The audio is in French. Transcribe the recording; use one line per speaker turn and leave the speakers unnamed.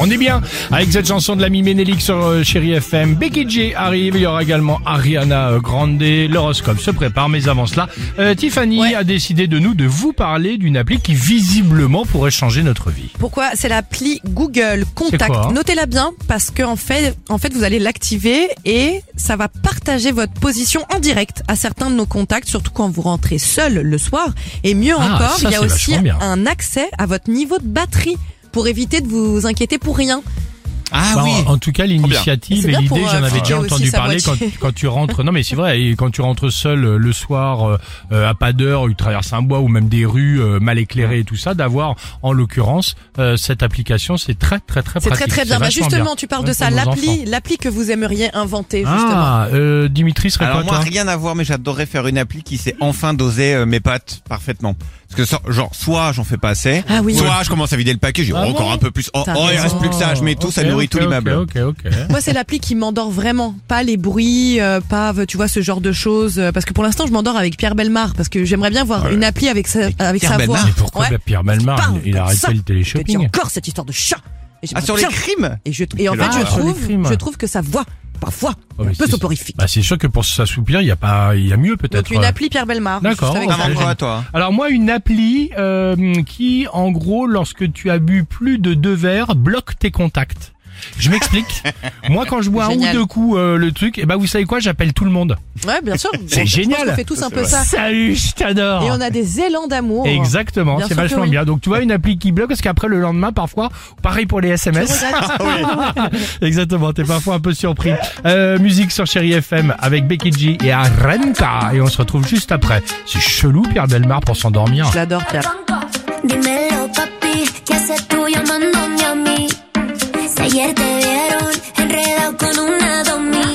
On est bien avec cette chanson de l'ami Ménélique sur euh, Chéri FM. Becky J arrive, il y aura également Ariana euh, Grande. L'horoscope se prépare, mais avant cela, euh, Tiffany a décidé de nous de vous parler d'une appli qui visiblement pourrait changer notre vie.
Pourquoi C'est l'appli Google
C'est
Contact.
quoi, hein
Notez-la bien parce que en fait, en fait, vous allez l'activer et ça va partager votre position en direct à certains de nos contacts, surtout quand vous rentrez seul le soir. Et mieux
Ah,
encore,
ça,
il y a
c'est
aussi
vachement bien.
un accès à votre niveau de batterie pour éviter de vous inquiéter pour rien.
Ah
Bah, en- En tout cas, l'initiative
C'est
et
bien pour,
l'idée, j'en
euh,
avais déjà
fliquer aussi
entendu
sa
parler quand,
moitié.
quand tu rentres. Non, mais c'est vrai. Et quand tu rentres seul euh, le soir euh, euh, à pas d'heure, ou traverses un bois ou même des rues euh, mal éclairées et tout ça, d'avoir en l'occurrence euh, cette application, c'est très très très
C'est
pratique.
très très bien. Bah,
vachement
justement, tu parles de
Même
ça,
pour nos
l'appli, l'appli que vous aimeriez inventer justement.
Ah, euh, Dimitri serait
Alors
quoi
moi
toi
rien à voir mais j'adorerais faire une appli qui sait enfin doser euh, mes pattes parfaitement. Parce que so- genre soit j'en fais pas assez,
Ah oui.
soit je commence à vider le paquet, j'ai
Ah
oh, encore
bon
un peu plus. Oh,
T'as
oh, il
raison.
reste plus que ça, je mets tout, ça
Ok,
nourrit
ok,
tout
ok,
l'immeuble.
Ok, ok.
Moi, c'est l'appli qui m'endort vraiment. Pas les bruits, euh, pas, euh, tu vois, ce genre de choses. Euh, Parce que pour l'instant, je m'endors avec Pierre Belmar. Parce que j'aimerais bien
Ah
voir une appli avec sa, avec
Pierre
sa voix.
Bellemare,
Mais pourquoi
Ouais.
bah, Pierre
Parce
Malmar,
qu'il
il, il a
parle comme
arrêté
ça.
le
Je te dis
téléshopping
encore cette histoire de chat. Et
Ah
j'aimerais
sur les
bien-
crimes
et, je- et en
Quelle
fait, je
horreur. Sur les
trouve,
crimes.
je trouve que sa voix, parfois,
Oh,
est
mais
un peu
c'est-
soporifique.
Bah, c'est sûr que pour s'assouplir, il y a pas, il y a mieux peut-être.
Donc une appli Pierre Belmar.
D'accord,
juste avec
on
sa
va
T'inventes
voix.
quoi toi hein.
Alors moi, une appli euh, qui, en gros, lorsque tu as bu plus de deux verres, bloque tes contacts. Je m'explique. moi, quand je bois un
Génial.
ou deux coups euh, le truc, et ben vous savez quoi, j'appelle tout le monde.
Ouais, bien sûr.
C'est
Je pense
génial.
qu'on fait tous un peu ça.
Salut, je t'adore.
Et on a des élans d'amour.
Exactement,
hein. Bien
c'est
sûr que
vachement
oui.
bien. Donc tu vois une appli qui bloque parce qu'après le lendemain parfois, pareil pour les SMS. Ah Exactement, t'es parfois un peu surpris. Euh, musique sur Chéri FM avec Becky G et Arenta et on se retrouve juste après. C'est chelou Pierre Belmar pour s'endormir.
Je l'adore, Pierre.
Dímelo, papi, ¿qué haces tú llamándome a mí? Si ayer te vieron enredado con una domi.